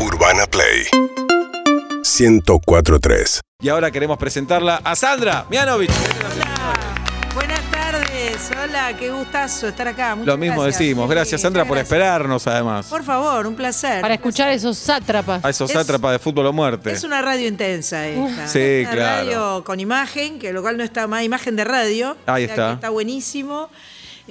Urbana Play 1043. Y ahora queremos presentarla a Sandra Mianovich. Buenas tardes, hola, qué gustazo estar acá. muchas Lo mismo gracias. decimos. Sí, Gracias, Sandra, muchas por gracias. esperarnos, además. Por favor, un placer. Para escuchar esos sátrapas. A esos Es- sátrapas de fútbol o muerte. Es una radio intensa esta. Sí, Es una claro. radio con imagen, que lo cual no está más imagen de radio. Ahí O sea, está. que Está buenísimo.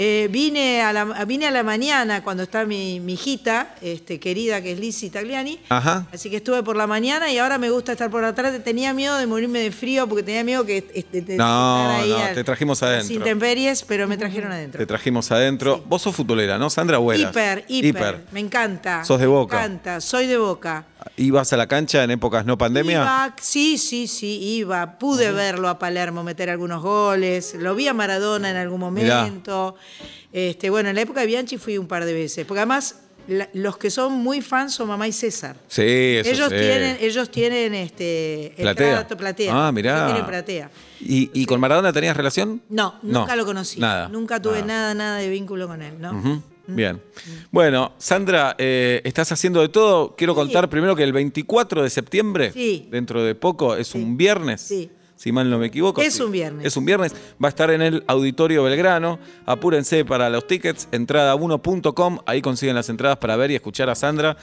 Eh, vine, a la, vine a la mañana cuando está mi, mi hijita, este, querida, que es Lizzie Tagliani. Ajá. Así que estuve por la mañana y ahora me gusta estar por atrás. Tenía miedo de morirme de frío porque tenía miedo que este, te- No, estar ahí no, al- te trajimos las adentro. intemperies, pero me trajeron adentro. Te trajimos adentro. Vos sos futbolera, ¿no? Sandra Huelas. Hiper, hiper, Me encanta. Sos de Boca. Me encanta, soy de boca. ¿Ibas a la cancha en épocas no pandemia? Iba, sí, sí, sí, iba. Pude verlo a Palermo meter algunos goles. Lo vi a Maradona en algún Mirá. momento. Este, bueno, en la época de Bianchi fui un par de veces. Porque además, la- los que son muy fans son mamá y César. Sí, eso ellos sí. tienen, ellos tienen este Platea. estrato- platea. Ah, mirá. Ellos Tienen platea. ¿Y, y con Maradona tenías relación? No, nunca lo conocí. Nada. Ah. Nunca tuve Nada. nada, nada de vínculo con él, ¿no? Ujú, ¿Mm? Bien. Bueno, Sandra, eh, estás haciendo de todo. Quiero contar primero que el 24 de septiembre, Sí. dentro de poco, es un viernes. Sí. Si mal no me equivoco. Es Sí. un viernes. Es un viernes. Va a estar en el Auditorio Belgrano. Apúrense para los tickets. Entrada1.com. Ahí consiguen las entradas para ver y escuchar a Sandra.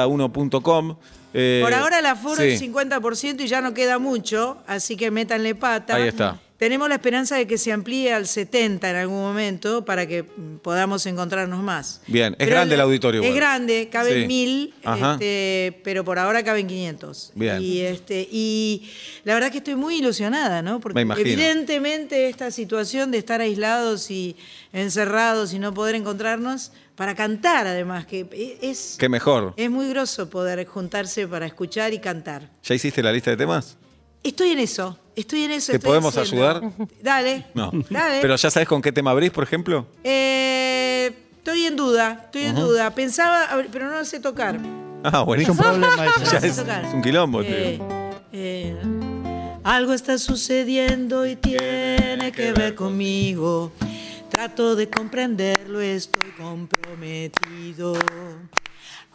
Entrada1.com. Eh, Por ahora el aforo sí. es 50% y ya no queda mucho, así que métanle pata. Ahí está. Tenemos la esperanza de que se amplíe al 70 en algún momento para que mm, podamos encontrarnos más. Bien, es grande el auditorio Es igual. grande, caben Sí. mil, Ajá. este, pero por ahora caben 500. Bien. Y, este, y la verdad que estoy muy ilusionada, ¿no? Porque Me imagino. evidentemente esta situación de estar aislados y encerrados y no poder encontrarnos para cantar además, que e, es... Qué mejor. Es muy groso poder juntarse para escuchar y cantar. ¿Ya hiciste la lista de temas? Estoy en eso, estoy en eso. ¿Te estoy podemos haciendo. ayudar? Dale. No. Dale. Pero ya sabes con qué tema abrís, por ejemplo. Eh, estoy en duda, estoy en duda. Pensaba, a ver, pero no sé tocar. No Ah, Es un buenísimo. problema ese. Ya sé es- tocar. es un quilombo, te Eh, digo. eh, algo está sucediendo y tiene que ver conmigo. Trato de comprenderlo, estoy comprometido.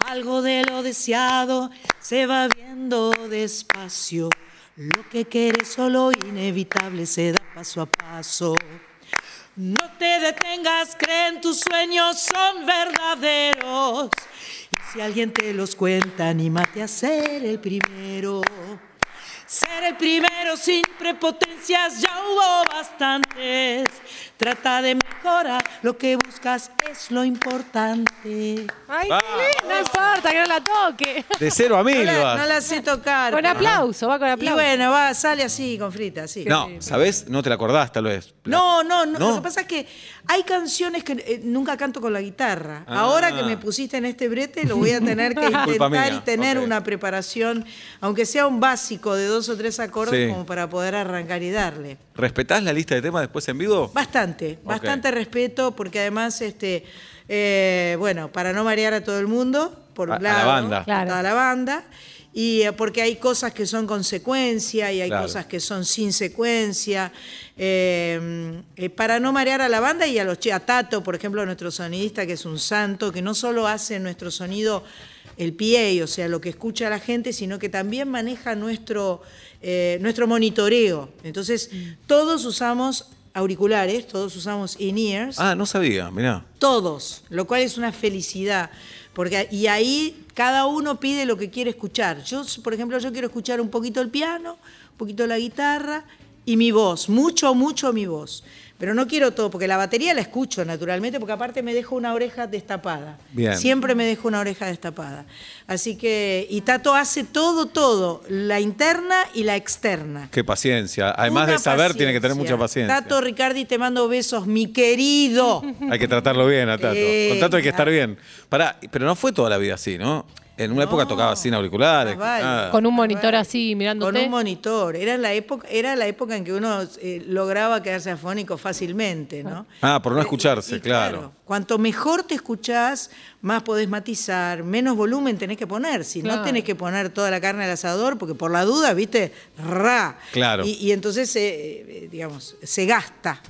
Algo de lo deseado se va viendo despacio. Lo que quieres solo inevitable se da paso a paso. No te detengas, cree en tus sueños, son verdaderos. Y si alguien te los cuenta, anímate a ser el primero. Ser el primero sin prepotencias, ya hubo bastantes. Trata de mejorar, lo que buscas es lo importante. Ay, qué lindo. No importa, que no la toque. De cero a mil vas. sé tocar. Con aplauso, va con aplauso. va, sale así, con frita, así. No, ¿sabés? No te la acordás, tal vez. No, no, no, No. Lo que pasa es que hay canciones que eh, nunca canto con la guitarra. Ah. Ahora que me pusiste en este brete, lo voy a tener que Culpa intentar mía, y tener ok. una preparación, aunque sea un básico de dos o tres acordes, Sí. como para poder arrancar y darle. ¿Respetás la lista de temas después en vivo? Bastante, bastante respeto, porque además, este, eh, bueno, para no marear a todo el mundo, por A- a un la lado, banda. Claro. a la banda, y eh, porque hay cosas que son consecuencia y hay Claro. cosas que son sin secuencia, eh, eh, para no marear a la banda y a los chi- a Tato, por ejemplo, nuestro sonidista, que es un santo, que no solo hace nuestro sonido el pie, o sea, lo que escucha la gente, sino que también maneja nuestro, eh, nuestro monitoreo. Entonces, todos usamos auriculares, todos usamos in-ears, Ah, no sabía, mirá. todos, lo cual es una felicidad. Porque, y ahí cada uno pide lo que quiere escuchar. Yo, por ejemplo, yo quiero escuchar un poquito el piano, un poquito la guitarra y mi voz, mucho, mucho mi voz. Pero no quiero todo, porque la batería la escucho naturalmente, porque aparte me dejo una oreja destapada. Bien. Siempre me dejo una oreja destapada. Así que, y Tato hace todo, todo, la interna y la externa. Qué paciencia. Además Una de saber, tiene que tener mucha paciencia. Tato Ricardi, te mando besos, mi querido. Hay que tratarlo bien a Tato. Eh, Con Tato hay que estar claro. bien. Pará, pero no fue toda la vida así, ¿no? En una época tocaba sin auriculares. Más vale. nada. Con un monitor así mirándote. Con un monitor. Era la época, era la época en que uno eh, lograba quedarse afónico fácilmente, ¿no? Ah, por no Eh, escucharse, y claro. Cuanto mejor te escuchás, más podés matizar, menos volumen tenés que poner. Si no Claro. tenés que poner toda la carne al asador, porque por la duda, viste, ra. Claro. Y, y entonces, eh, eh, digamos, se gasta.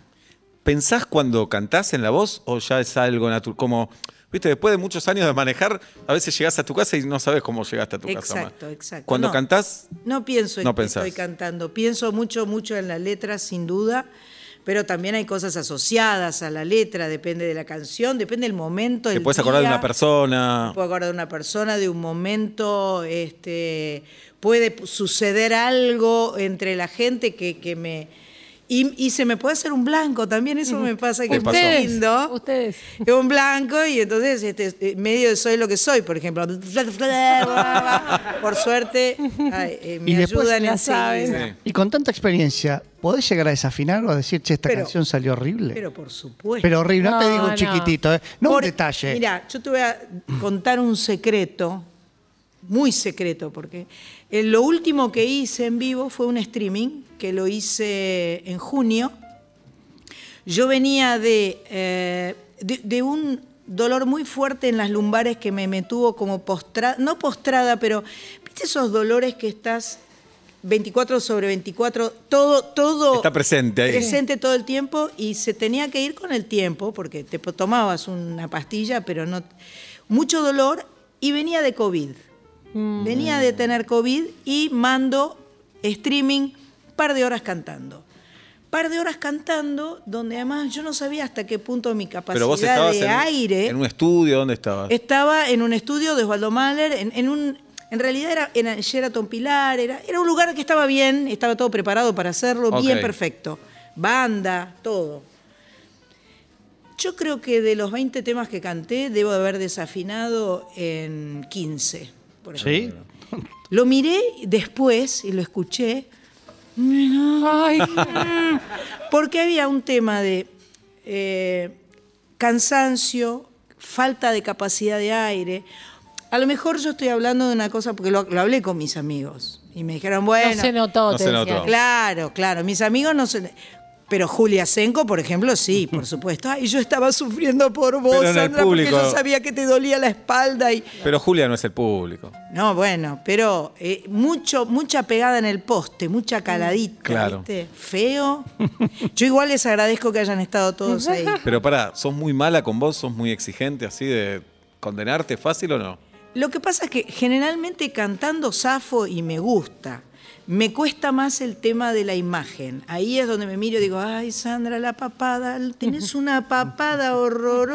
¿Pensás cuando cantás en la voz o ya es algo natural? Como, Viste, después de muchos años de manejar, a veces llegás a tu casa y no sabes cómo llegaste a tu casa. Exacto, ma. exacto. Cuando No. cantás, No pienso en No que pensás. estoy cantando. Pienso mucho, mucho en la letra, sin duda. Pero también hay cosas asociadas a la letra. Depende de la canción, depende del momento. te el puedes acordar de día. una persona. Me Puedo acordar de una persona, de un momento, este, puede p- suceder algo entre la gente que, que me... Y, y se me puede hacer un blanco también, eso me pasa que Te es pasó. muy lindo. Ustedes. Es un blanco y entonces este, eh, medio de soy lo que soy, por ejemplo. Por suerte, ay, eh, me ayudan ya en saben. Y con tanta experiencia, ¿podés llegar a desafinar o a decir, che, esta Pero- canción salió horrible? Pero, Pero por supuesto. horrible, no, te No, digo un no. chiquitito, ¿eh? no Por- un detalle. Mira, yo te voy a contar un secreto, muy secreto, porque eh, lo último que hice en vivo fue un streaming que lo hice en junio. Yo venía de, eh, de, de un dolor muy fuerte en las lumbares que me, me tuvo como postrada, no postrada, pero ¿viste esos dolores que estás 24 sobre 24? Todo, todo. Está presente ahí. Presente todo el tiempo y se tenía que ir con el tiempo, porque te po- tomabas una pastilla, pero no. Mucho dolor y venía de COVID. Venía de tener COVID y mando streaming, par de horas cantando. Par de horas cantando, donde además yo no sabía hasta qué punto mi capacidad Pero vos estabas de en, aire. en un estudio, ¿dónde estabas? Estaba en un estudio de Osvaldo Mahler, en, en un. En realidad era en Sheraton Pilar, era, era un lugar que estaba bien, estaba todo preparado para hacerlo, Ok. bien perfecto. Banda, todo. Yo creo que de los 20 temas que canté, debo haber desafinado en 15. Por ejemplo. ¿Sí? Lo miré después y lo escuché, Ay, porque había un tema de eh, cansancio, falta de capacidad de aire. A lo mejor yo estoy hablando de una cosa porque lo, lo hablé con mis amigos y me dijeron, bueno, no se notó, No te se decía. notó. Claro, claro. Mis amigos no se. Pero Julia Senko, por ejemplo, sí, por supuesto. Ay, yo estaba sufriendo por vos, Pero en el Sandra, porque público. yo sabía que te dolía la espalda y. Pero Julia no es el público. No, bueno, pero eh, mucho, mucha pegada en el poste, mucha caladita, Claro. ¿viste? Feo. Yo igual les agradezco que hayan estado todos ahí. Pero pará, ¿sos muy mala con vos? ¿Sos muy exigente así de condenarte fácil o no? Lo que pasa es que generalmente cantando zafo y me gusta. Me cuesta más el tema de la imagen. Ahí es donde me miro y digo, ay Sandra, la papada, tenés una papada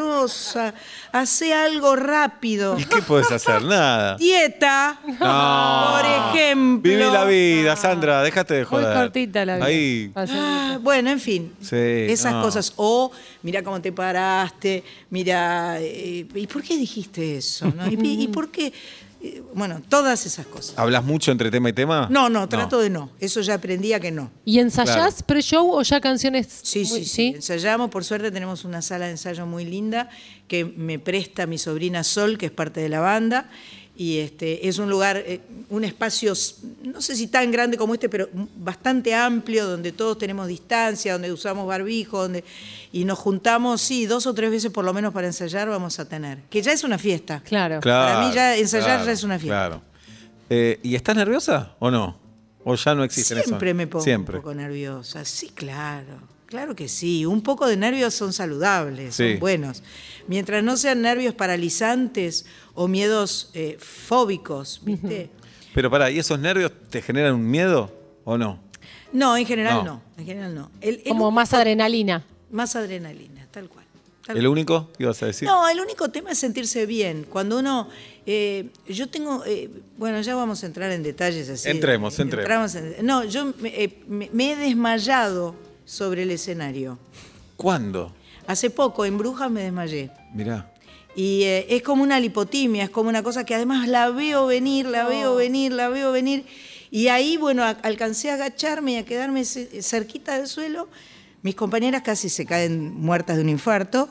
horrorosa. Hace algo rápido. ¿Y qué podés hacer? Nada. Dieta, No. por ejemplo. Viví la vida, Sandra, déjate de Muy joder. cortita la vida. Ahí. Así. Ah, bueno, en fin. Sí, Esas no. cosas. O, mira cómo te paraste, mira, eh, ¿y por qué dijiste eso? no? ¿Y, y por qué? Eh, Bueno, todas esas cosas. ¿Hablas mucho entre tema y tema? No, no, trato de no. Eso ya aprendí a que no. ¿Y ensayás Claro. pre-show o ya canciones? Sí, sí, sí, Ensayamos, por suerte tenemos una sala de ensayo muy linda que me presta mi sobrina Sol, que es parte de la banda. Y este, es un lugar, eh, un espacio, s- no sé si tan grande como este, pero m- bastante amplio, donde todos tenemos distancia, donde usamos barbijo, donde, y nos juntamos, sí, dos o tres veces por lo menos para ensayar vamos a tener. Que ya es una fiesta. Claro. Claro, Para mí ya ensayar claro, ya es una fiesta. Claro. Eh, ¿Y estás nerviosa o no? ¿O ya no existen eso? Siempre me pongo Siempre. un poco nerviosa, sí, claro. Claro que sí, un poco de nervios son saludables, Sí. son buenos. Mientras no sean nervios paralizantes o miedos eh, fóbicos, ¿viste? Pero pará, ¿y esos nervios te generan un miedo o no? No, en general No. no. en general no. El- el- Como más adrenalina. más adrenalina, tal cual. tal ¿El único que ibas a decir? No, el único tema es sentirse bien. Cuando uno. eh, yo tengo. eh, bueno, ya vamos a entrar en detalles así. Entremos, Eh, entremos. entramos en- no, yo me- eh, me- me he desmayado sobre el escenario. ¿Cuándo? Hace poco en Brujas me desmayé. Mirá. Y eh, es como una lipotimia, es como una cosa que además la veo venir, la Oh. veo venir, la veo venir. Y ahí, bueno, a- alcancé a agacharme y a quedarme ce- cerquita del suelo. Mis compañeras casi se caen muertas de un infarto.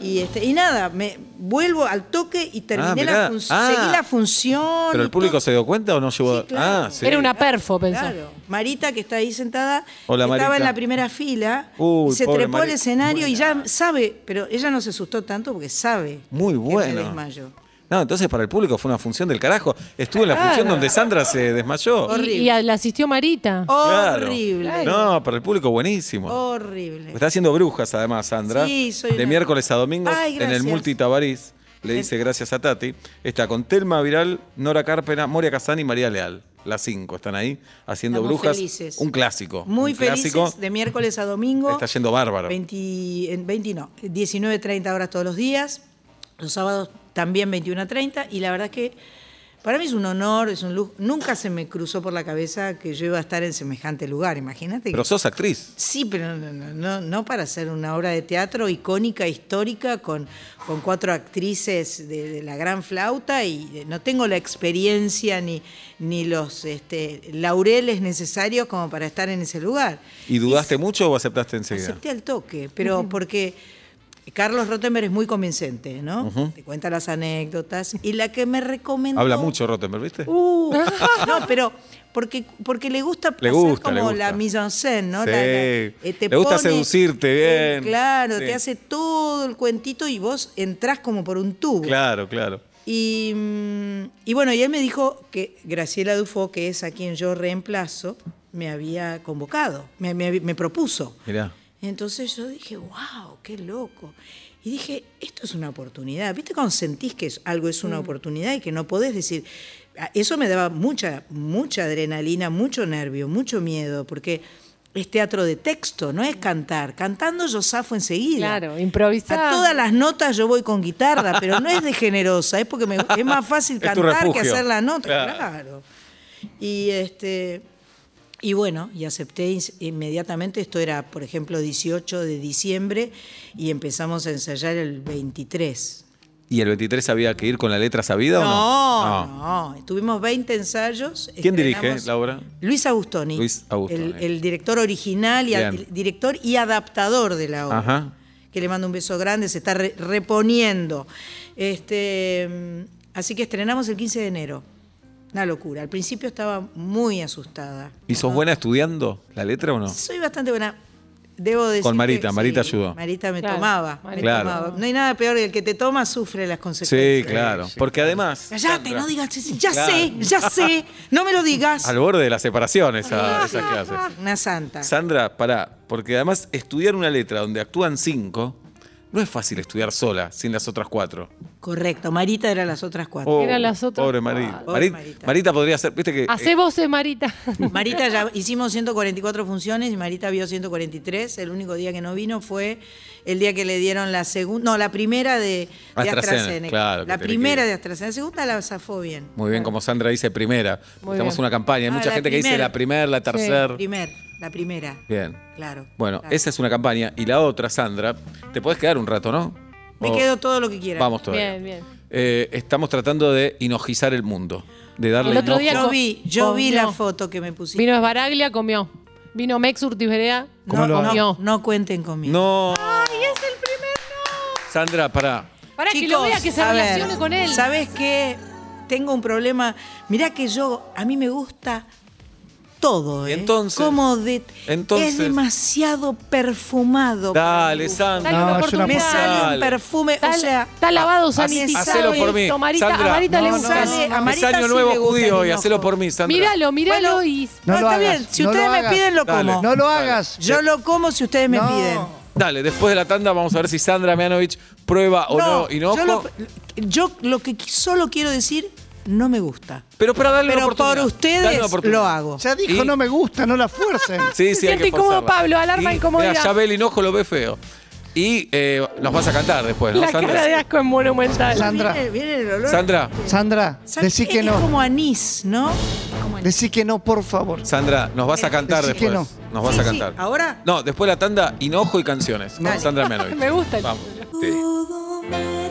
Y, este, y nada, me vuelvo al toque y terminé mirá. la función. Ah. seguí la función. ¿Pero y el público todo. se dio cuenta o no llegó? Sí, claro. Ah, sí. Era una perfo, pensó. Claro. Marita, que está ahí sentada, Hola, estaba Marita. en la primera fila, Uy, y se pobre trepó al Mari- escenario y ya sabe, pero ella no se asustó tanto porque sabe Muy que me bueno. desmayo. No, entonces para el público fue una función del carajo. Estuve en la Claro. función donde Sandra se desmayó. Y, Horrible. y a- la asistió Marita. Claro. Horrible. No, para el público buenísimo. Horrible. Está haciendo brujas además, Sandra. Sí, soy De una- miércoles a domingo Ay, en el gracias. Multitabarís. le dice gracias a Tati, está con Telma Viral, Nora Carpena, Moria Casán y María Leal. Las cinco están ahí haciendo Estamos brujas. felices. Un clásico. Muy un felices clásico. de miércoles a domingo. Está yendo bárbaro. 20, en 20 no, 19, 30 horas todos los días. Los sábados también 21 a 30. Y la verdad es que para mí es un honor, es un lujo. Nunca se me cruzó por la cabeza que yo iba a estar en semejante lugar. Imagínate. que- Pero sos actriz. Sí, pero no, no, no, no para hacer una obra de teatro icónica, histórica, con, con cuatro actrices de, de la gran flauta y eh, no tengo la experiencia ni, ni los este, laureles necesarios como para estar en ese lugar. ¿Y dudaste mucho o aceptaste enseguida? Acepté al toque, pero porque Carlos Rottenberg es muy convincente, ¿no? Te cuenta las anécdotas y la que me recomendó... Habla mucho Rottenberg, ¿viste? Uh, no, pero porque, porque le gusta Le hacer gusta, le como gusta. la mise en scène, ¿no? Sí. La- eh, la- Le gusta seducirte, eh, bien. claro, Sí. te hace todo el cuentito y vos entrás como por un tubo. Claro, claro. Y, mm, y bueno, y él me dijo que Graciela Dufo, que es a quien yo reemplazo, me había convocado, me, me- me propuso. Mirá. Entonces yo dije, wow, qué loco. Y dije, esto es una oportunidad. ¿Viste cuando sentís que es- algo es una oportunidad y que no podés decir? Ah, Eso me daba mucha, mucha adrenalina, mucho nervio, mucho miedo, porque es teatro de texto, no es cantar. Cantando yo zafo enseguida. Claro, improvisar. A todas las notas yo voy con guitarra, pero no es de generosa, es porque me- es más fácil Es tu cantar que refugio. hacer la nota. Claro. claro. Y este. Y bueno, y acepté ins- inmediatamente, esto era, por ejemplo, 18 de diciembre y empezamos a ensayar el 23. ¿Y el 23 había que ir con la letra sabida o no? no, no, tuvimos 20 ensayos. Ah. ¿Quién dirige estrenamos- la obra? Luis Agustoni. Luis Agustoni. El, el director original y Bien. ad- director y adaptador de la obra. Ajá. Que le mando un beso grande, se está re- reponiendo. Este, mm, así que estrenamos el 15 de enero. Una locura. Al principio estaba muy asustada. ¿Y sos buena estudiando la letra o no? Soy bastante buena. Debo decir. Con que- Marita, sí, Marita ayudó. Marita me Claro, tomaba. me Marita. Claro. tomaba. No hay nada peor que el que te toma sufre las Sí, consecuencias. claro. Porque además. Callate, Sandra, no digas. Ya Claro. sé, ya sé. No me lo digas. Ah, Al borde de la separación esa, esas clases. Una santa. Sandra, pará, porque además estudiar una letra donde actúan cinco no es fácil estudiar sola, sin las otras cuatro. Correcto, Marita era las otras cuatro. Oh, Eran las otras Pobre Marita. cuatro. Mari- Pobre Marita. Marita podría ser, viste que. Hacé voces, Marita. Marita ya hicimos 144 funciones y Marita vio 143. El único día que no vino fue el día que le dieron la segunda, no, la primera de, de AstraZeneca, AstraZeneca. claro, que la tenés que primera ir. de AstraZeneca, la segunda la zafó bien. Muy bien, como Sandra dice, primera. Muy Estamos en bien. una campaña. Hay Ah, mucha la gente que dice primera. la primera, la tercera. Primer, la primera. bien. Claro. Bueno, claro. esa es una campaña. Y la otra, Sandra, te podés quedar un rato, ¿no? Me O- quedo todo lo que quiera. Vamos todavía. Bien, bien. Eh, estamos tratando de inojizar el mundo. De darle El hinojo. otro día Yo co- vi, yo vi comió. la foto que me pusiste. Vino Esbaraglia, comió. Vino Mex Urtiberea, ¿Cómo no, lo no, comió. no cuenten conmigo. No. ¡Ay, es el primer no! Sandra, pará. Para que lo vea, que se a ver, relacione con él. ¿Sabes qué? Tengo un problema. Mirá que yo, a mí me gusta todo, ¿eh? Entonces, Como de. entonces. Es demasiado perfumado. para mi Dale, gusto. Dale Sandra. No, una es una oportunidad. Me sale Dale. un perfume, Está, o sea. está lavado, sanitizado. hacelo por mí, esto, Marita, Sandra. a Marita le No, gusta. no, no, no. Es Marita año sí nuevo le gusta el judío y hinojo. hacelo por mí, Sandra. Míralo, míralo Bueno, y... No no, lo está hagas, bien. Si no ustedes lo me hagas. piden, lo Dale. como. No lo hagas. Yo lo como si ustedes me No. piden. Dale, después de la tanda vamos a ver si Sandra Mianovich prueba o no, hinojo. yo lo, yo lo que solo quiero decir, no me gusta. pero para darle una Pero oportunidad. por Dale una ustedes oportunidad. lo hago. Ya dijo, Y- no me gusta, no la fuercen. Sí, sí, Se hay que siente incómodo, forzarla. Pablo, alarma Y, incomodidad. mirá, ya ve el hinojo, lo ve feo. Y eh, nos vas a cantar después, ¿no, La cara de Sandra? asco es monumental. Sandra. Viene, viene el olor. Sandra, Sandra, Sa- decí que es no. como anís, ¿no? Decí que no, por favor. Sandra, nos vas a cantar Decí que después. no. Nos vas Sí, a sí, cantar. ¿ahora? No, después de la tanda, hinojo y canciones. Con Dale. Sandra Mianovich. Me gusta el Vamos. Sí. Todo me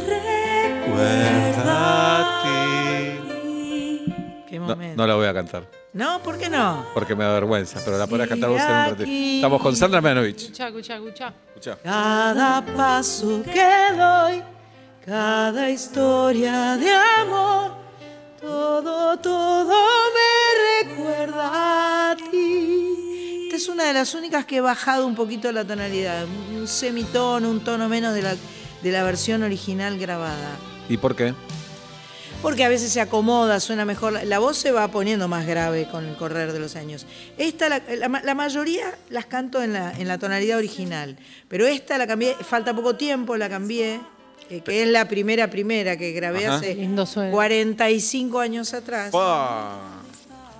Qué No, momento. no la voy a cantar No, ¿por qué no? porque me da vergüenza, pero la podrás cantar vos en un ratito. aquí. Estamos con Sandra Mianovich. Escucha, escucha, escucha. Escuchá. Cada paso que doy, cada historia de amor, todo, todo me recuerda a ti. Esta es una de las únicas que he bajado un poquito la tonalidad, un semitono, un tono menos de la, de la versión original grabada. ¿Y por qué? Porque a veces se acomoda, suena mejor, la- la voz se va poniendo más grave con el correr de los años. Esta, la, la ma- la mayoría las canto en la, en la tonalidad original, pero esta la cambié, falta poco tiempo, la cambié. eh, que es la primera primera que grabé Ajá. hace Lindo suena. 45 años atrás. Pa.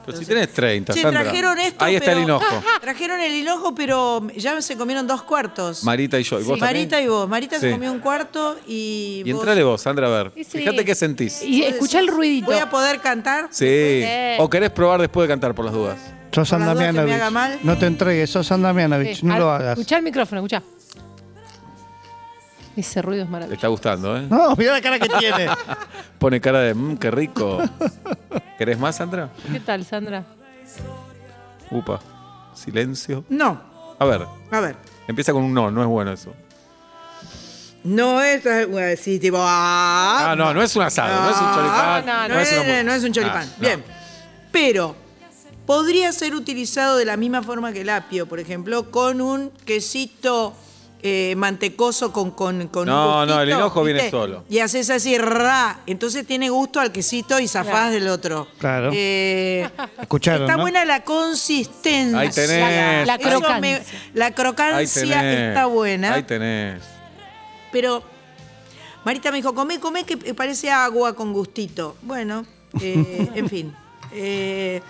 Pero si tenés 30, Che, Sandra. trajeron esto, Ahí está pero- el hinojo. Trajeron el hinojo, pero ya se comieron dos cuartos. Marita y yo. ¿Y vos también? Marita y vos. Marita Sí. se comió un cuarto y, Y vos- entrale vos, Sandra, a ver. Ese- Fíjate qué sentís. Y escuchá el ruidito. ¿Voy a poder cantar? Sí. Sí. O querés probar después de cantar por las dudas. Sos Por las dudas que me Andamianovich. haga mal. No te entregues, sos Andamianovich. Sí. No Al- lo hagas. Escuchá el micrófono, escuchá. Ese ruido es maravilloso. Le está gustando, ¿eh? No, mirá la cara que tiene. Pone cara de, mmm, qué rico. ¿Querés más, Sandra? ¿Qué tal, Sandra? Upa. Silencio. No. A ver, A ver. empieza con un no, no es bueno eso. No es eh, así tipo. Ah, Ah, no, no es un asado, no, es un choripán. no, no, No, es, una hamburguesa. no es un choripán. Ah, no. Bien. Pero podría ser utilizado de la misma forma que el apio, por ejemplo, con un quesito eh, mantecoso con, con, con un No, no, gustito, el hinojo viene ¿viste? solo. Y haces así, ra. Entonces tiene gusto al quesito y zafás Claro. del otro. Claro. Eh, Escucharon, Está ¿no? buena la consistencia. Ahí tenés. La Eso crocancia. me- la Ahí crocancia tenés. está buena. Eh, Ahí tenés. Pero Marita me dijo, comé, comé, que parece agua con gustito. Bueno, eh, en fin. Eh,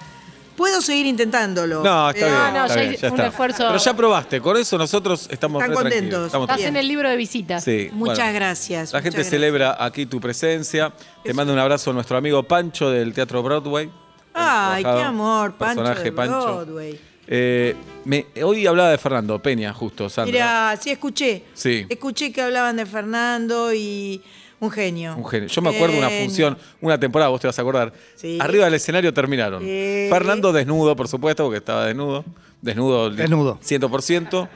puedo seguir intentándolo. No, está Eh, bien. no, no, está ya bien, hice un está. esfuerzo. Pero ya probaste, con eso nosotros estamos Están re tranquilos, contentos. estamos Estás Bien. en el libro de visitas. Sí, Muchas bueno. gracias. La muchas gente gracias. celebra aquí tu presencia. Te mando un abrazo a nuestro amigo Pancho del Teatro Broadway. Ay, qué Trabajado, amor, Pancho personaje de Pancho. Broadway. Eh, me- hoy hablaba de Fernando Peña, justo, Sandra. Mira, sí, escuché. Sí. Escuché que hablaban de Fernando y un genio. Eh, Un genio. Yo me acuerdo una Genio. función, una temporada, vos te vas a acordar. Sí. Arriba del escenario terminaron. Sí. Fernando desnudo, por supuesto, porque estaba desnudo. Desnudo. Desnudo. 100%.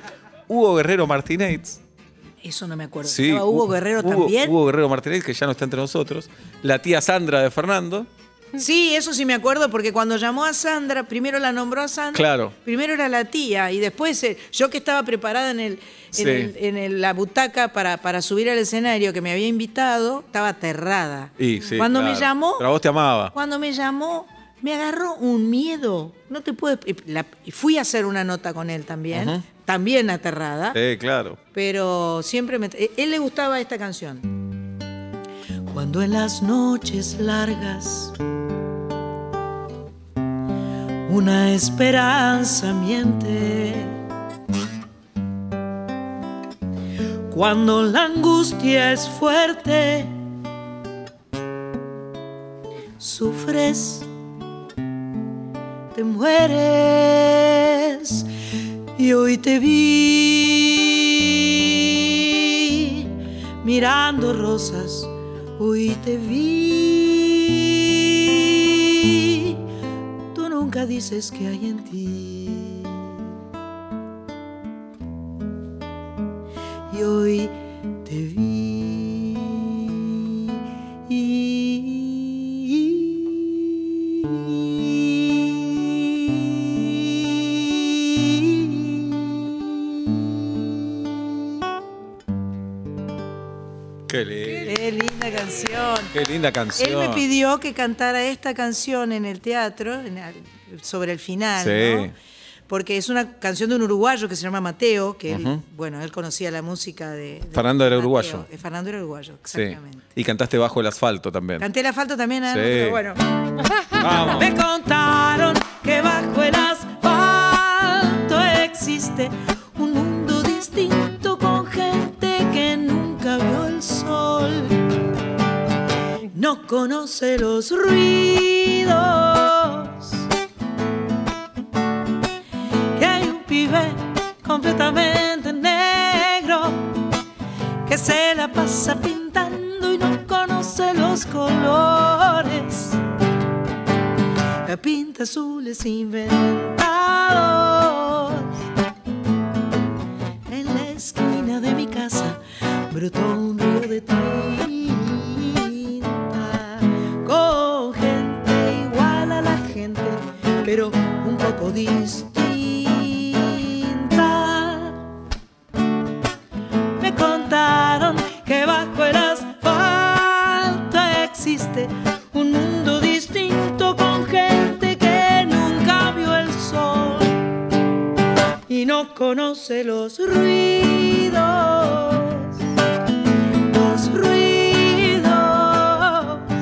Hugo Guerrero Martínez. Eso no me acuerdo. Sí. Estaba Hugo Hu- Guerrero Hugo- también. Hugo Guerrero Martínez, que ya no está entre nosotros. La tía Sandra de Fernando. Sí, eso sí me acuerdo, porque cuando llamó a Sandra, primero la nombró a Sandra. Claro. Primero era la tía, y después eh, yo que estaba preparada en, el, en, Sí. el- en el- la butaca para, para subir al escenario que me había invitado, estaba aterrada. Y sí, cuando me claro. llamó, Pero a vos te amaba. cuando me llamó, me agarró un miedo. No te puedo. expli- la- y fui a hacer una nota con él también, Ujú. también aterrada Sí, claro. pero siempre me... eh, Él le gustaba esta canción. Cuando en las noches largas una esperanza miente. Cuando la angustia es fuerte, sufres, te mueres y hoy te vi mirando rosas, hoy te vi. Tú nunca dices que hay en ti. Y hoy te vi. Qué lindo. Qué linda canción. Qué linda canción. Él me pidió que cantara esta canción en el teatro, en el- sobre el final, Sí. ¿no? Porque es una canción de un uruguayo que se llama Mateo, que él, Ujú. bueno, él conocía la música de... de Fernando era Mateo. uruguayo. Eh, Fernando era uruguayo, Sí. exactamente. Y cantaste bajo el asfalto también. Canté la falta también, ah, Sí. no, pero bueno. Vamos. Me contaron que bajo el asfalto existe un mundo distinto con gente que nunca vio el sol. No conoce los ruidos. Que hay un pibe completamente negro que se la pasa pintando y no conoce los colores. La pinta azules inventados. En la esquina de mi casa brotó un río de tinta con gente igual a la gente, pero un poco distinta. Me contaron que bajo el asfalto existe un mundo distinto con gente que nunca vio el sol y no conoce los ruidos. Los ruidos. Oh.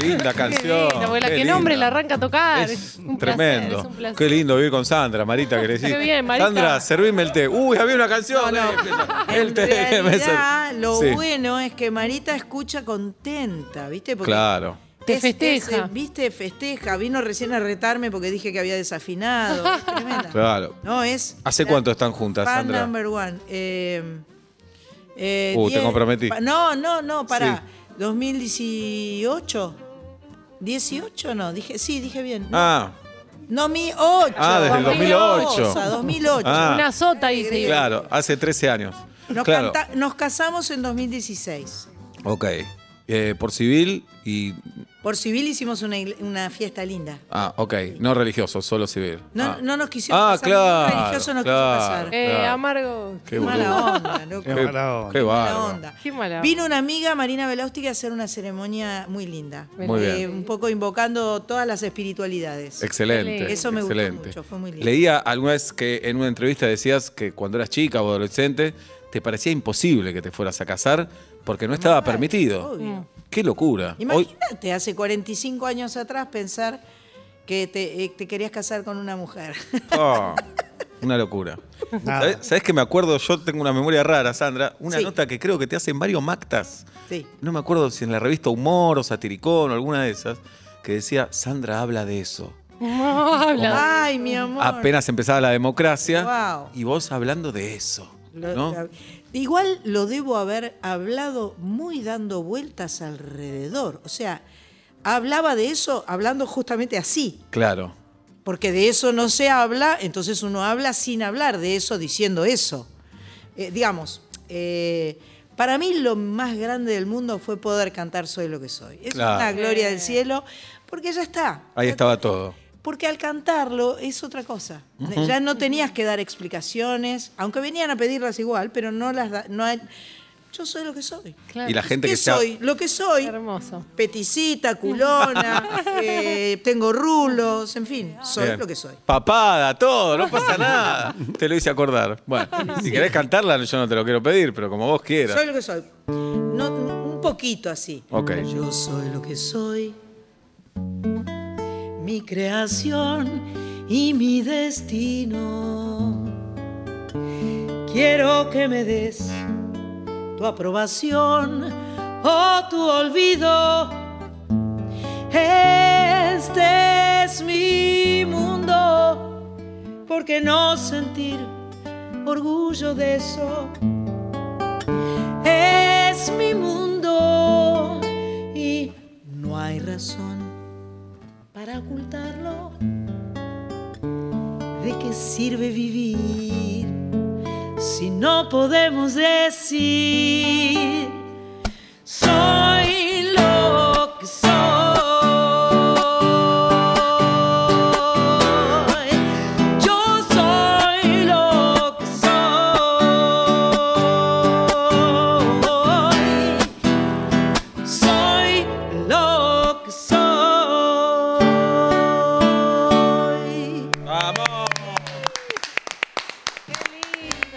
linda canción. Qué lindo, abuela, qué qué nombre linda. le arranca a tocar. Es Es un placer, tremendo. es un placer. Qué lindo vivir con Sandra, Marita, que le decís. Qué bien, Marita. Sandra, servime el té. Uy, había una canción. eh, empieza. el En té que me realidad, ser- lo Sí, bueno es que Marita escucha contenta, ¿viste? Porque Claro. Te es- festeja. es, eh, ¿Viste? Festeja. Vino recién a retarme porque dije que había desafinado. Es tremenda. Claro. No, es. ¿Hace la cuánto están juntas, Fan Sandra? number one. Eh, eh, Uh, te diez- comprometí. pa- No, no, no, pará. 2018. 18 no, dije, sí, dije bien. No, Ah, no mi 8. Ah, desde el 2008. 2008. Ah. Una sota, dice. claro, hace 13 años. Nos, claro. canta- nos casamos en 2016. Ok. Eh, por civil y. Por civil hicimos una, igle- una fiesta linda. Ah, ok. No religioso, solo civil. No, Ah. no nos quisieron Ah, casar, claro. ningún religioso nos claro, quiso casar. Eh, claro. Amargo. Qué Qué boludo. mala onda, loco. Qué mala onda. Qué Qué mala bárbaro. onda. Qué mala onda. Vino una amiga, Marina Velástica, a hacer una ceremonia muy linda. Eh, Muy bien. un poco invocando todas las espiritualidades. Excelente. Eso me gustó excelente. mucho, fue muy lindo. Leía alguna vez que en una entrevista decías que cuando eras chica o adolescente te parecía imposible que te fueras a casar porque no estaba permitido. obvio. Qué locura. Hoy, Imagínate, hace 45 años atrás pensar que te, eh, te querías casar con una mujer. Ah, una locura. Nada. ¿Sabés, sabés que me acuerdo? Yo tengo una memoria rara, Sandra. Una Sí. nota que creo que te hacen varios mactas. Sí. No me acuerdo si en la revista Humor o Satiricón o alguna de esas, que decía, Sandra habla de eso. No habla. Ay, mi amor. Apenas empezaba la democracia Wow. y vos hablando de eso. Lo- ¿no? la- igual lo debo haber hablado muy dando vueltas alrededor. O sea, hablaba de eso hablando justamente así. Claro. Porque de eso no se habla, entonces uno habla sin hablar de eso diciendo eso. Eh, digamos, eh, para mí lo más grande del mundo fue poder cantar Soy lo que soy. Es Claro. una gloria del cielo, porque ya está. Ahí Ya estaba todo. porque al cantarlo es otra cosa. Ya no tenías que dar explicaciones, aunque venían a pedirlas igual, pero no las da- no hay- yo soy lo que soy. Claro. Y la gente ¿Qué que sea- soy? Lo que soy. Hermoso. Peticita, culona, eh, tengo rulos, en fin, soy Bien. lo que soy. Papada, todo, no pasa nada. Te lo hice acordar. Bueno, si querés cantarla, yo no te lo quiero pedir, pero como vos quieras. Soy lo que soy. No, un poquito así. Ok. Yo soy lo que soy. Mi creación y mi destino. Quiero que me des tu aprobación o tu olvido. Este es mi mundo. ¿Por qué no sentir orgullo de eso? es mi mundo y no hay razón para ocultarlo. ¿De qué sirve vivir si no podemos decir soy lo que soy? Yo soy lo que soy. Soy lo que soy. ¡Vamos!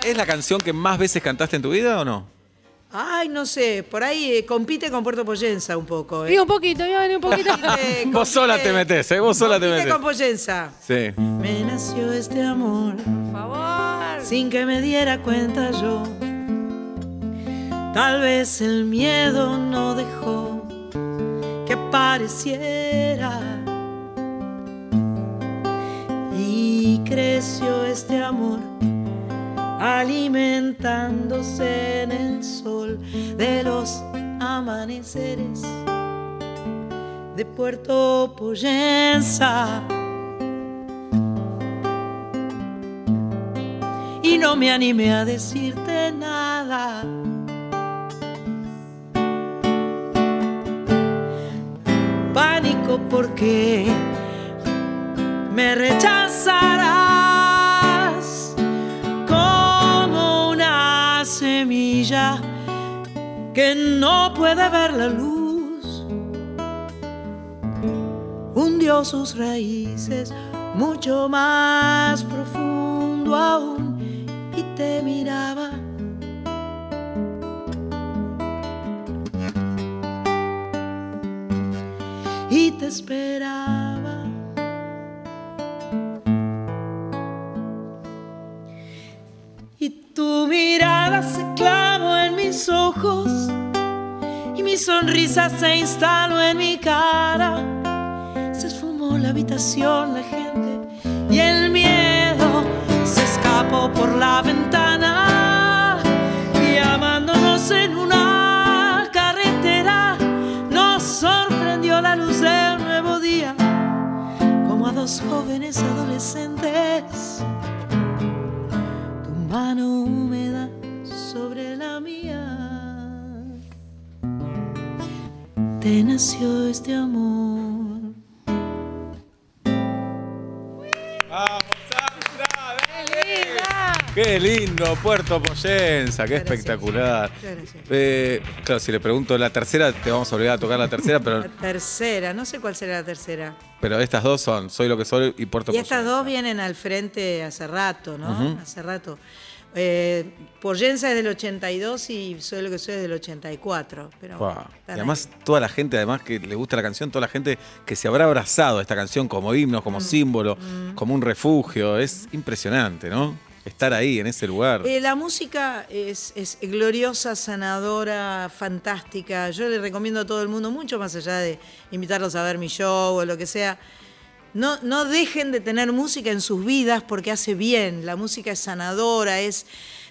¿Es la canción que más veces cantaste en tu vida o no? Ay, no sé, por ahí eh, compite con Puerto Poyenza un poco. Digo ¿eh? un poquito, digo un poquito. Compite- Vos sola te metés, ¿eh? Vos sola te compite metés. con Poyenza. Sí. Me nació este amor Por favor. sin que me diera cuenta yo. Tal vez el miedo no dejó que pareciera. Y creció este amor alimentándose en el sol de los amaneceres de Puerto Poyenza. y no me animé a decirte nada. Pánico porque me rechazarás como una semilla que no puede ver la luz hundió sus raíces mucho más profundo aún y te miraba. Y te esperaba. Y tu mirada se clavó en mis ojos y mi sonrisa se instaló en mi cara. Se esfumó la habitación, la gente y el miedo se escapó por la ventana. Y amándonos en una carretera nos sorprendió la luz del nuevo día, como a dos jóvenes adolescentes tu mano húmeda sobre la mía. Te nació este amor. Qué lindo, Puerto Poyensa, qué espectacular. Muchas gracias. Eh, claro, si le pregunto la tercera, te vamos a obligar a tocar la tercera, pero, La tercera, no sé cuál será la tercera. pero estas dos son Soy lo que soy y Puerto Y estas Poyensa. dos vienen al frente hace rato, ¿no? Hace rato. Eh, Poyensa es del 82 y Soy lo que soy es del 84. Pero Guau. están Y ahí. además toda la gente, además que le gusta la canción, toda la gente que se habrá abrazado a esta canción como himno, Mm. como símbolo, como un refugio, es impresionante, ¿no? Estar ahí, en ese lugar. Eh, la música es, es gloriosa, sanadora, fantástica. Yo le recomiendo a todo el mundo, mucho más allá de invitarlos a ver mi show o lo que sea. No, no dejen de tener música en sus vidas porque hace bien. La música es sanadora, es,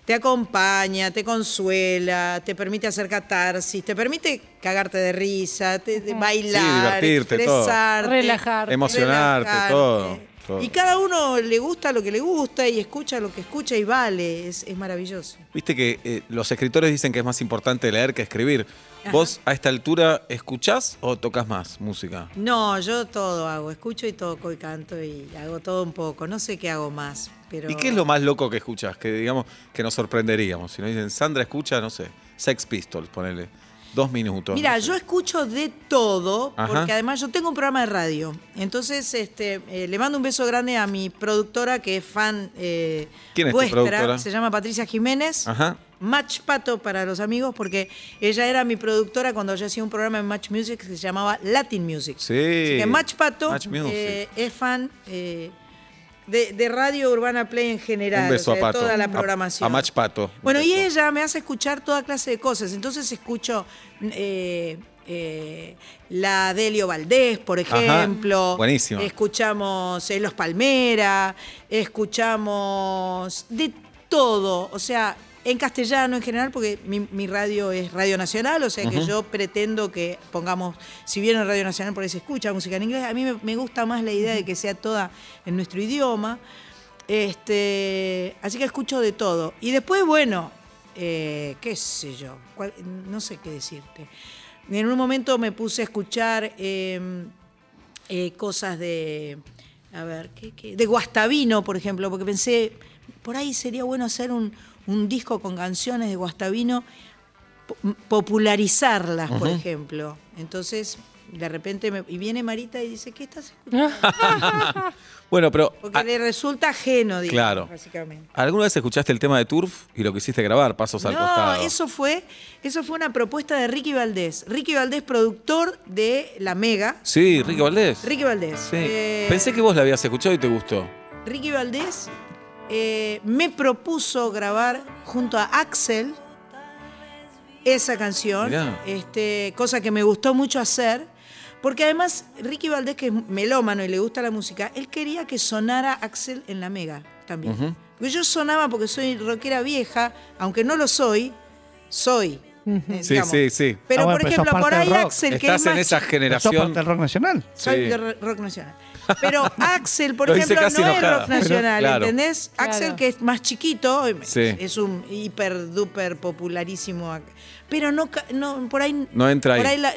te acompaña, te consuela, te permite hacer catarsis, te permite cagarte de risa, te, te- bailar, divertirte, todo. expresarte, Relajar. Emocionarte, relajarte. todo, todo. Y cada uno le gusta lo que le gusta y escucha lo que escucha y vale. Es, es maravilloso. Viste que eh, los escritores dicen que es más importante leer que escribir. ¿Vos a esta altura escuchás o tocas más música? No, yo todo hago. Escucho y toco y canto y hago todo un poco. No sé qué hago más. Pero... ¿Y qué es lo más loco que escuchás? Que digamos que nos sorprenderíamos. Si nos dicen, Sandra escucha, no sé, Sex Pistols, ponele. Dos minutos. Mira, no sé. yo escucho de todo, Ajá. porque además yo tengo un programa de radio. Entonces, este, eh, le mando un beso grande a mi productora que es fan eh, ¿Quién es tu vuestra. productora? Se llama Patricia Jiménez. Ajá. Match Pato para los amigos, porque ella era mi productora cuando yo hacía un programa en Match Music que se llamaba Latin Music. Sí. Así que Match Pato Match Music. eh, es fan eh, de, de Radio Urbana Play en general, Un beso o sea, a Pato. de toda A- la programación. a Match Pato. Un Bueno, y beso. ella me hace escuchar toda clase de cosas. Entonces escucho eh, eh, la Delio Valdés, por Ajá. ejemplo. Buenísimo. Escuchamos eh, Los Palmera, escuchamos de todo. O sea, en castellano en general, porque mi, mi radio es Radio Nacional, o sea que yo pretendo que pongamos, si bien en Radio Nacional por ahí se escucha música en inglés, a mí me, me gusta más la idea de que sea toda en nuestro idioma. Este, así que escucho de todo. Y después, bueno, eh, qué sé yo, cuál- no sé qué decirte. En un momento me puse a escuchar em, eh, cosas de, a ver, ¿qué- qué? de Guastavino, por ejemplo, porque pensé, por ahí sería bueno hacer un, un disco con canciones de Guastavino, po- popularizarlas, por ejemplo. Entonces, de repente, me- y viene Marita y dice, ¿qué estás escuchando? Bueno, pero. Porque a- le resulta ajeno, digamos, Ah. Claro. básicamente. ¿Alguna vez escuchaste el tema de Turf y lo quisiste grabar, Pasos al No, Costado? eso fue, eso fue una propuesta de Ricky Valdés. Ricky Valdés, productor de La Mega. Sí, Ricky Valdés. Ricky Valdés. Sí. eh, Pensé que vos la habías escuchado y te gustó. Ricky Valdés eh, me propuso grabar junto a Axel esa canción, Mirá. este, cosa que me gustó mucho hacer, porque además Ricky Valdés, que es melómano y le gusta la música, él quería que sonara Axel en la mega también. Porque yo sonaba porque soy rockera vieja, aunque no lo soy, soy. eh, Sí, sí, sí. Pero Ah, bueno, por pero sos ejemplo, por parte ahí del rock. Axel, que Estás es en más esa Sos generación. parte del rock nacional. soy Sí. de ro- rock nacional. Pero Axel, por Lo hice ejemplo, no casi enojada. es rock Pero, nacional, claro. ¿entendés? Claro. Axel, que es más chiquito, eh, Sí. es un hiper duper popularísimo. ac- Pero no, ca- no por ahí. No entra Por ahí. ahí la,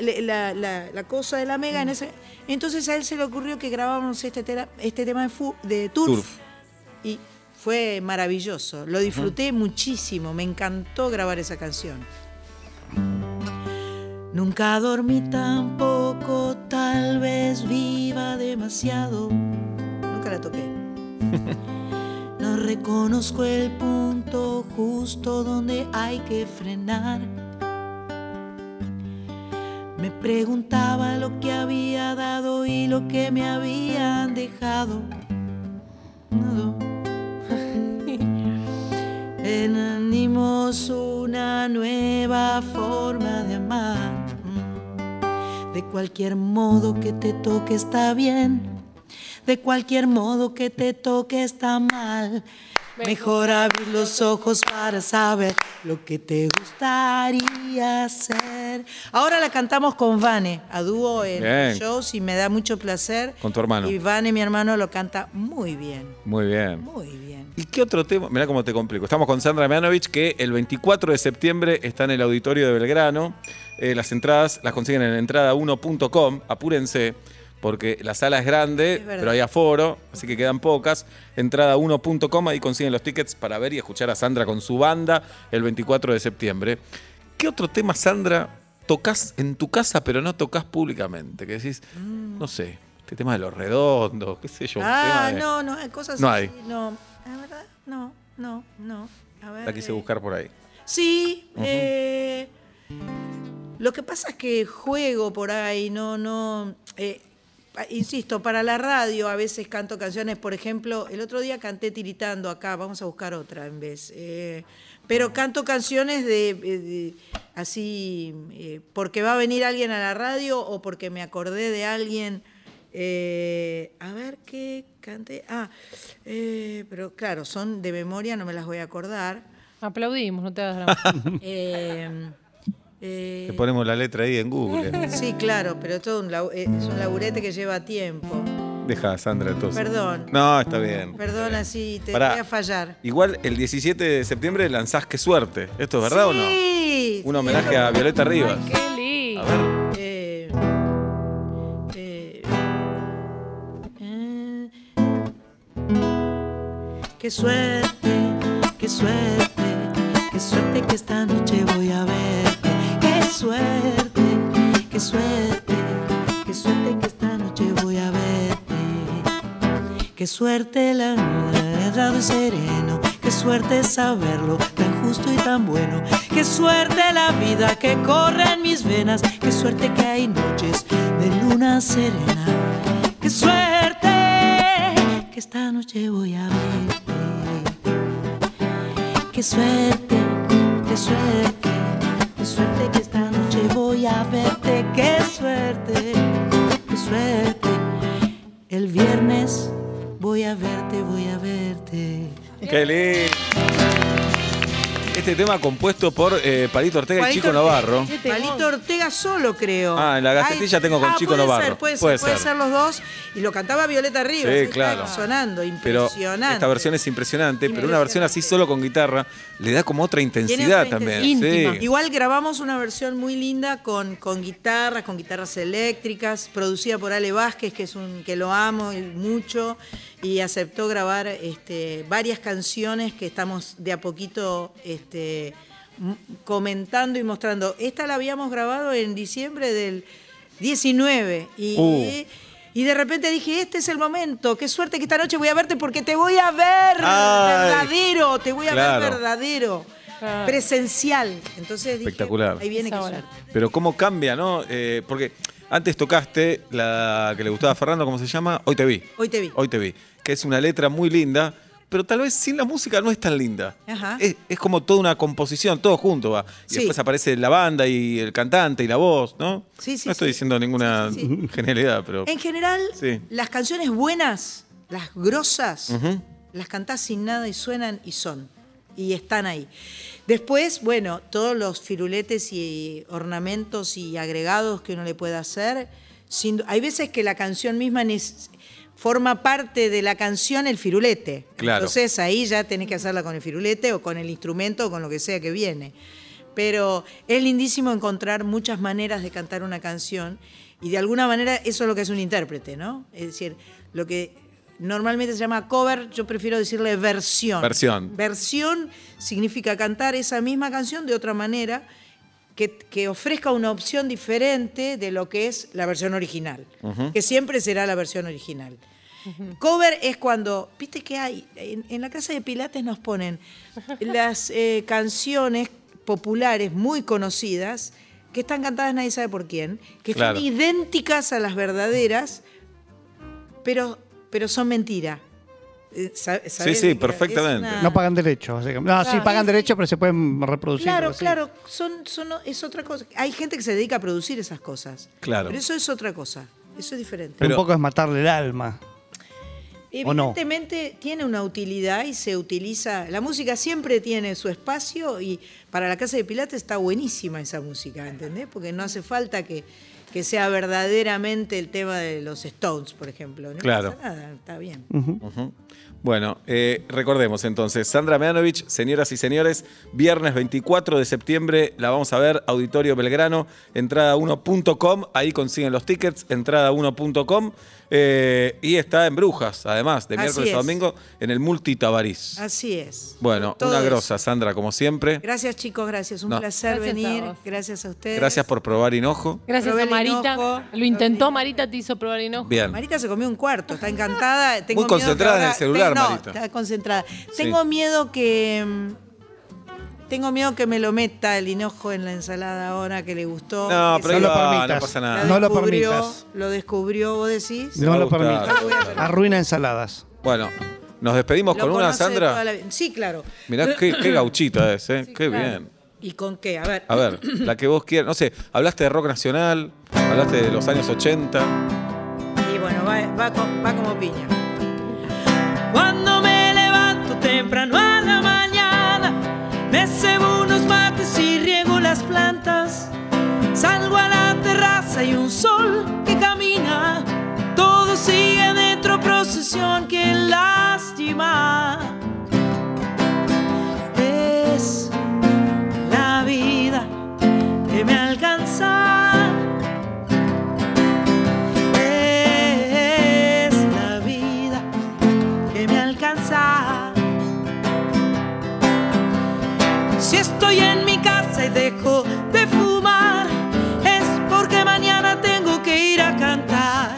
la- la- la cosa de la mega. En ese, entonces a él se le ocurrió que grabamos este, tera- este tema de, fu- de Turf. Turf. Y fue maravilloso. Lo disfruté muchísimo. Me encantó grabar esa canción. Nunca dormí tan poco, tal vez viva demasiado. Nunca la toqué. No reconozco el punto justo donde hay que frenar. Me Me preguntaba lo que había dado y lo que me habían dejado. Nado. Enanimos una nueva forma de amar. Mm. De cualquier modo que te toque está bien. De cualquier modo que te toque está mal. Mejor abrir los ojos para saber lo que te gustaría hacer. Ahora la cantamos con Vane, a dúo en Bien. shows y me da mucho placer. Con tu hermano. Eh, Y Vane, mi hermano, lo canta muy bien, Muy bien. muy bien. ¿Y qué otro tema? Mirá cómo te complico. Estamos con Sandra Mianovich, que el 24 de septiembre está en el auditorio de Belgrano. Eh, las entradas las consiguen en entrada1.com. Apúrense, porque la sala es grande, Es verdad. pero hay aforo, así que quedan pocas. Entrada1.com, ahí consiguen los tickets para ver y escuchar a Sandra con su banda el 24 de septiembre. ¿Qué otro tema, Sandra, tocas en tu casa, pero no tocas públicamente? Que decís, no sé, este tema de los redondos, qué sé yo. un Mm. Ah, tema de- no, no, hay cosas No así, hay. No, la verdad, no, no, no. A ver, La quise eh, buscar por ahí. Sí, eh, lo que pasa es que juego por ahí, no, no. eh, pa- insisto, para la radio a veces canto canciones, por ejemplo, el otro día canté tiritando acá, vamos a buscar otra en vez. eh, pero canto canciones de, eh, de- así, eh, porque va a venir alguien a la radio o porque me acordé de alguien. Eh, a ver qué canté. Ah, eh, pero claro, son de memoria, no me las voy a acordar. Aplaudimos, no te hagas drama. Eh, eh, Le ponemos la letra ahí en Google. sí, claro, pero todo un lau- eh, es un laburete que lleva tiempo. Deja a Sandra entonces. Perdón. No, está bien. Está Perdón, bien. así te Pará. voy a fallar. Igual el 17 de septiembre lanzás Qué Suerte. ¿Esto es verdad o Sí, no? Un homenaje a Violeta Rivas. Qué A lindo. ver, Eh, eh, eh. Qué suerte, qué suerte, qué suerte que esta noche voy a verte. Qué suerte, qué suerte, qué suerte que esta noche voy a verte. Qué suerte la vida, errado y sereno. Qué suerte saberlo, tan justo y tan bueno. Qué suerte la vida que corre en mis venas. Qué suerte que hay noches de luna serena. Qué suerte que esta noche voy a verte. Qué suerte, qué suerte, qué suerte que esta noche voy a verte. Qué suerte, qué suerte. El viernes voy a verte, voy a verte. qué lindo. Este tema compuesto por eh, Palito Ortega y Chico Palito Ortega. Navarro. Qué temón. Palito Ortega solo, creo. Ah, en la Gacetilla tengo con Chico puede Novarro. Ser, puede, Puede ser, puede ser. ser los dos. Y lo cantaba Violeta Rivas. Sí, ahí está claro. Sonando, Pero impresionante. esta versión es impresionante, pero una versión así solo con guitarra le da como otra intensidad otra también. intensidad. sí. Igual grabamos una versión muy linda con, con guitarras, con guitarras eléctricas, producida por Ale Vázquez, que es un que lo amo y mucho, y aceptó grabar este, varias canciones que estamos de a poquito este, m- comentando y mostrando. Esta la habíamos grabado en diciembre del 19 y, Uh. y de repente dije, este es el momento, qué suerte que esta noche voy a verte porque te voy a ver Ay. verdadero, te voy a Claro. ver verdadero Claro. presencial. Entonces dije, Espectacular. ahí viene Es que ahora. suerte. Pero cómo cambia, ¿no? Eh, porque antes tocaste la que le gustaba a Fernando, ¿cómo se llama? Hoy te vi. Hoy te vi. Hoy te vi. Que es una letra muy linda, pero tal vez sin la música no es tan linda. Ajá. Es, es como toda una composición, todo junto va. Y Sí. después aparece la banda y el cantante y la voz, ¿no? Sí, sí, No estoy sí. diciendo ninguna Sí, sí, genialidad, pero. En general, Sí. las canciones buenas, las grosas, Ujú. las cantás sin nada y suenan y son. Y están ahí. Después, bueno, todos los firuletes y ornamentos y agregados que uno le pueda hacer. sin du- hay veces que la canción misma nes- forma parte de la canción el firulete. Claro. Entonces ahí ya tenés que hacerla con el firulete o con el instrumento o con lo que sea que viene. Pero es lindísimo encontrar muchas maneras de cantar una canción y de alguna manera eso es lo que es un intérprete, ¿no? Es decir, lo que normalmente se llama cover, yo prefiero decirle versión. Versión. Versión significa cantar esa misma canción de otra manera que, que ofrezca una opción diferente de lo que es la versión original, que siempre será la versión original. Cover es cuando, viste que hay, en, en la casa de Pilates nos ponen las eh, canciones populares muy conocidas que están cantadas nadie sabe por quién, que Claro. son idénticas a las verdaderas, pero, pero son mentira. Eh, sa- sabés sí, de qué- es perfectamente. una- No pagan derechos, básicamente. No, sí Claro. pagan derechos, pero se pueden reproducir. Claro, algo así. claro, son, son, es otra cosa. Hay gente que se dedica a producir esas cosas. Claro. Pero eso es otra cosa. Eso es diferente. Pero Pero- un poco es matarle el alma. ¿O no? Evidentemente tiene una utilidad y se utiliza. La música siempre tiene su espacio y para la Casa de Pilates está buenísima esa música, ¿entendés? Porque no hace falta que, que sea verdaderamente el tema de los Stones, por ejemplo. No Claro. pasa nada, está bien. Ujú. Bueno, eh, recordemos entonces, Sandra Mianovich, señoras y señores, viernes 24 de septiembre la vamos a ver, Auditorio Belgrano, entrada1.com, ahí consiguen los tickets, entrada1.com, eh, y está en Brujas, además, de Así miércoles a es. domingo, en el Multitabariz. Así es. Bueno, Todo una eso. grosa, Sandra, como siempre. Gracias, chicos, gracias. Un No. placer Gracias a venir. vos. gracias a ustedes. Gracias por probar hinojo. Gracias Probé a el Marita. hinojo. Lo intentó Marita, te hizo probar hinojo. Bien. Marita se comió un cuarto, está encantada. Tengo Muy miedo que concentrada en ahora- el celular, no, Marita. Está concentrada. Tengo miedo que. mm, Tengo miedo que me lo meta el hinojo en la ensalada ahora que le gustó. No, que pero se- ahí No va, lo permitas. no pasa nada. No lo descubrió, permitas. Lo descubrió, vos decís. va a No lo gustar, permitas. se va a gustar. Arruina ensaladas. Bueno, nos despedimos Lo con una, conoce de Sandra. toda la vida. Sí, claro. Mirá qué, qué gauchita es, ¿eh? qué claro. bien. ¿Y con qué? A ver. A ver, la que vos quieras. No sé, hablaste de rock nacional, hablaste de los años 80. Y bueno, va, va co- va como piña. Cuando me levanto temprano a la mañana, me cebo unos mates y riego las plantas. Salgo a la terraza y un sol que camina. Todo sigue dentro, procesión que lástima. Es la vida que me alcanza. Es la vida que me alcanza. Si estoy en mi casa y dejo de fumar, es porque mañana tengo que ir a cantar.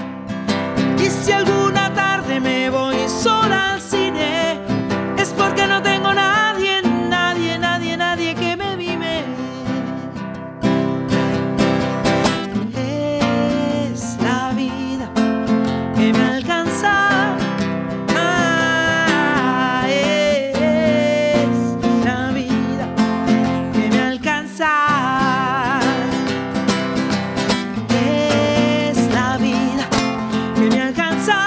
Y si alguna tarde me voy sola al cine, es porque no tengo nadie, nadie, nadie, nadie que me mime. Es la vida que me alcanza. Ah, es la vida que me alcanza. Es la vida que me alcanza.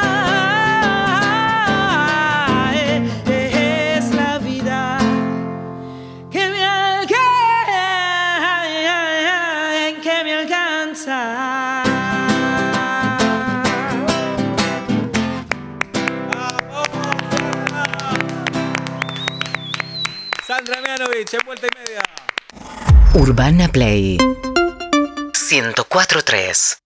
Es la vida que me, alca- que me alcanza. Sandra Mianovich, en vuelta y media. Urbana Play 104.3